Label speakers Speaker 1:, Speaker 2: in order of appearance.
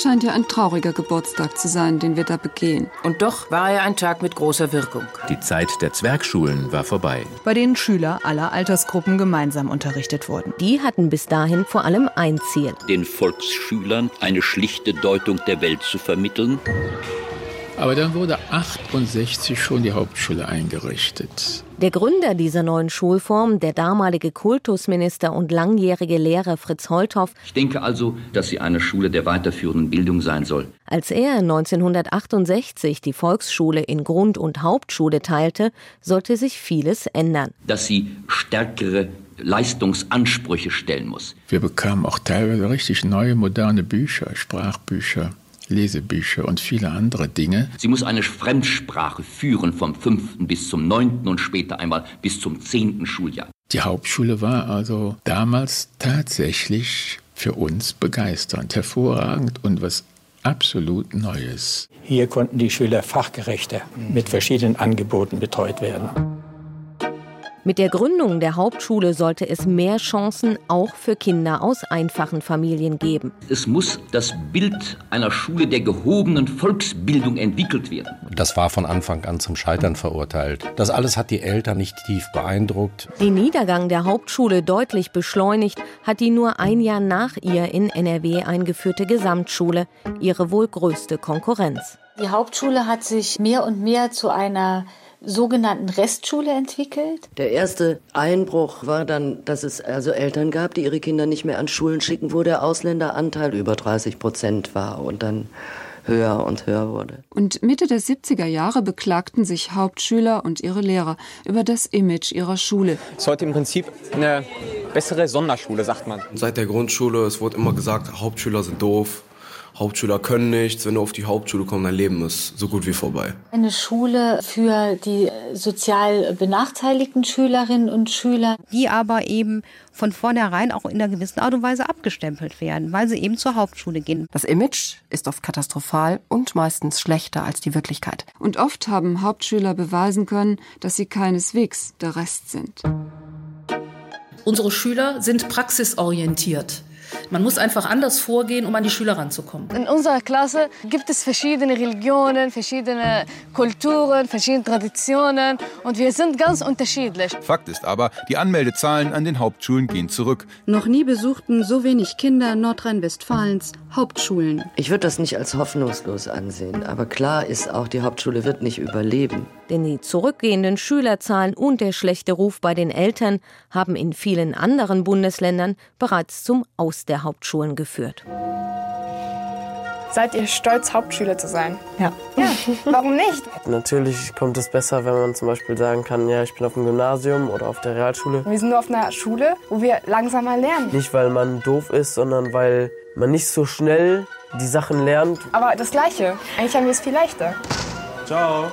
Speaker 1: scheint ja ein trauriger Geburtstag zu sein, den wir da begehen.
Speaker 2: Und doch war er ein Tag mit großer Wirkung.
Speaker 3: Die Zeit der Zwergschulen war vorbei.
Speaker 4: bei denen Schüler aller Altersgruppen gemeinsam unterrichtet wurden.
Speaker 5: Die hatten bis dahin vor allem ein Ziel.
Speaker 6: den Volksschülern eine schlichte Deutung der Welt zu vermitteln.
Speaker 7: Aber dann wurde 68 schon die Hauptschule eingerichtet.
Speaker 5: Der Gründer dieser neuen Schulform, der damalige Kultusminister und langjährige Lehrer Fritz Holthoff,
Speaker 6: Ich denke also, dass sie eine Schule der weiterführenden Bildung sein soll.
Speaker 5: als er 1968 die Volksschule in Grund- und Hauptschule teilte, sollte sich vieles ändern.
Speaker 6: Dass sie stärkere Leistungsansprüche stellen muss.
Speaker 7: Wir bekamen auch teilweise richtig neue, moderne Bücher, Sprachbücher, Lesebücher und viele andere Dinge.
Speaker 6: Sie muss eine Fremdsprache führen vom fünften bis zum neunten und später einmal bis zum zehnten Schuljahr.
Speaker 7: Die Hauptschule war also damals tatsächlich für uns begeisternd, hervorragend und was absolut Neues.
Speaker 8: Hier konnten die Schüler fachgerechter mit verschiedenen Angeboten betreut werden.
Speaker 5: Mit der Gründung der Hauptschule sollte es mehr Chancen auch für Kinder aus einfachen Familien geben.
Speaker 6: Es muss das Bild einer Schule der gehobenen Volksbildung entwickelt werden.
Speaker 9: Das war von Anfang an zum Scheitern verurteilt. Das alles hat die Eltern nicht tief beeindruckt.
Speaker 5: Den Niedergang der Hauptschule deutlich beschleunigt hat die nur ein Jahr nach ihr in NRW eingeführte Gesamtschule, ihre wohl größte Konkurrenz.
Speaker 10: Die Hauptschule hat sich mehr und mehr zu einer sogenannten Restschule entwickelt.
Speaker 2: Der erste Einbruch war dann, dass es also Eltern gab, die ihre Kinder nicht mehr an Schulen schicken, wo der Ausländeranteil über 30 Prozent war und dann höher und höher wurde.
Speaker 1: Und Mitte der 70er Jahre beklagten sich Hauptschüler und ihre Lehrer über das Image ihrer Schule.
Speaker 8: Sollte im Prinzip eine bessere Sonderschule, sagt man.
Speaker 9: Seit der Grundschule, es wurde immer gesagt, Hauptschüler sind doof, Hauptschüler können nichts. Wenn du auf die Hauptschule kommst, dein Leben ist so gut wie vorbei.
Speaker 10: Eine Schule für die sozial benachteiligten Schülerinnen und Schüler.
Speaker 4: Die aber eben von vornherein auch in einer gewissen Art und Weise abgestempelt werden, weil sie eben zur Hauptschule gehen.
Speaker 2: Das Image ist oft katastrophal und meistens schlechter als die Wirklichkeit.
Speaker 1: Und oft haben Hauptschüler beweisen können, dass sie keineswegs der Rest sind.
Speaker 10: Unsere Schüler sind praxisorientiert. Man muss einfach anders vorgehen, um an die Schüler ranzukommen.
Speaker 4: In unserer Klasse gibt es verschiedene Religionen, verschiedene Kulturen, verschiedene Traditionen und wir sind ganz unterschiedlich.
Speaker 9: Fakt ist aber, die Anmeldezahlen an den Hauptschulen gehen zurück.
Speaker 10: Noch nie besuchten so wenig Kinder Nordrhein-Westfalens Hauptschulen.
Speaker 2: Ich würde das nicht als hoffnungslos ansehen, aber klar ist auch, die Hauptschule wird nicht überleben.
Speaker 5: Denn die zurückgehenden Schülerzahlen und der schlechte Ruf bei den Eltern haben in vielen anderen Bundesländern bereits zum Aus der Hauptschulen geführt.
Speaker 4: Seid ihr stolz, Hauptschüler zu sein?
Speaker 1: Ja.
Speaker 4: Ja, warum nicht?
Speaker 2: Natürlich kommt es besser, wenn man zum Beispiel sagen kann, ja, ich bin auf dem Gymnasium oder auf der Realschule.
Speaker 4: Wir sind nur auf einer Schule, wo wir langsamer lernen.
Speaker 2: Nicht, weil man doof ist, sondern weil man nicht so schnell die Sachen lernt.
Speaker 4: Aber das Gleiche. Eigentlich haben wir es viel leichter.
Speaker 8: Ciao.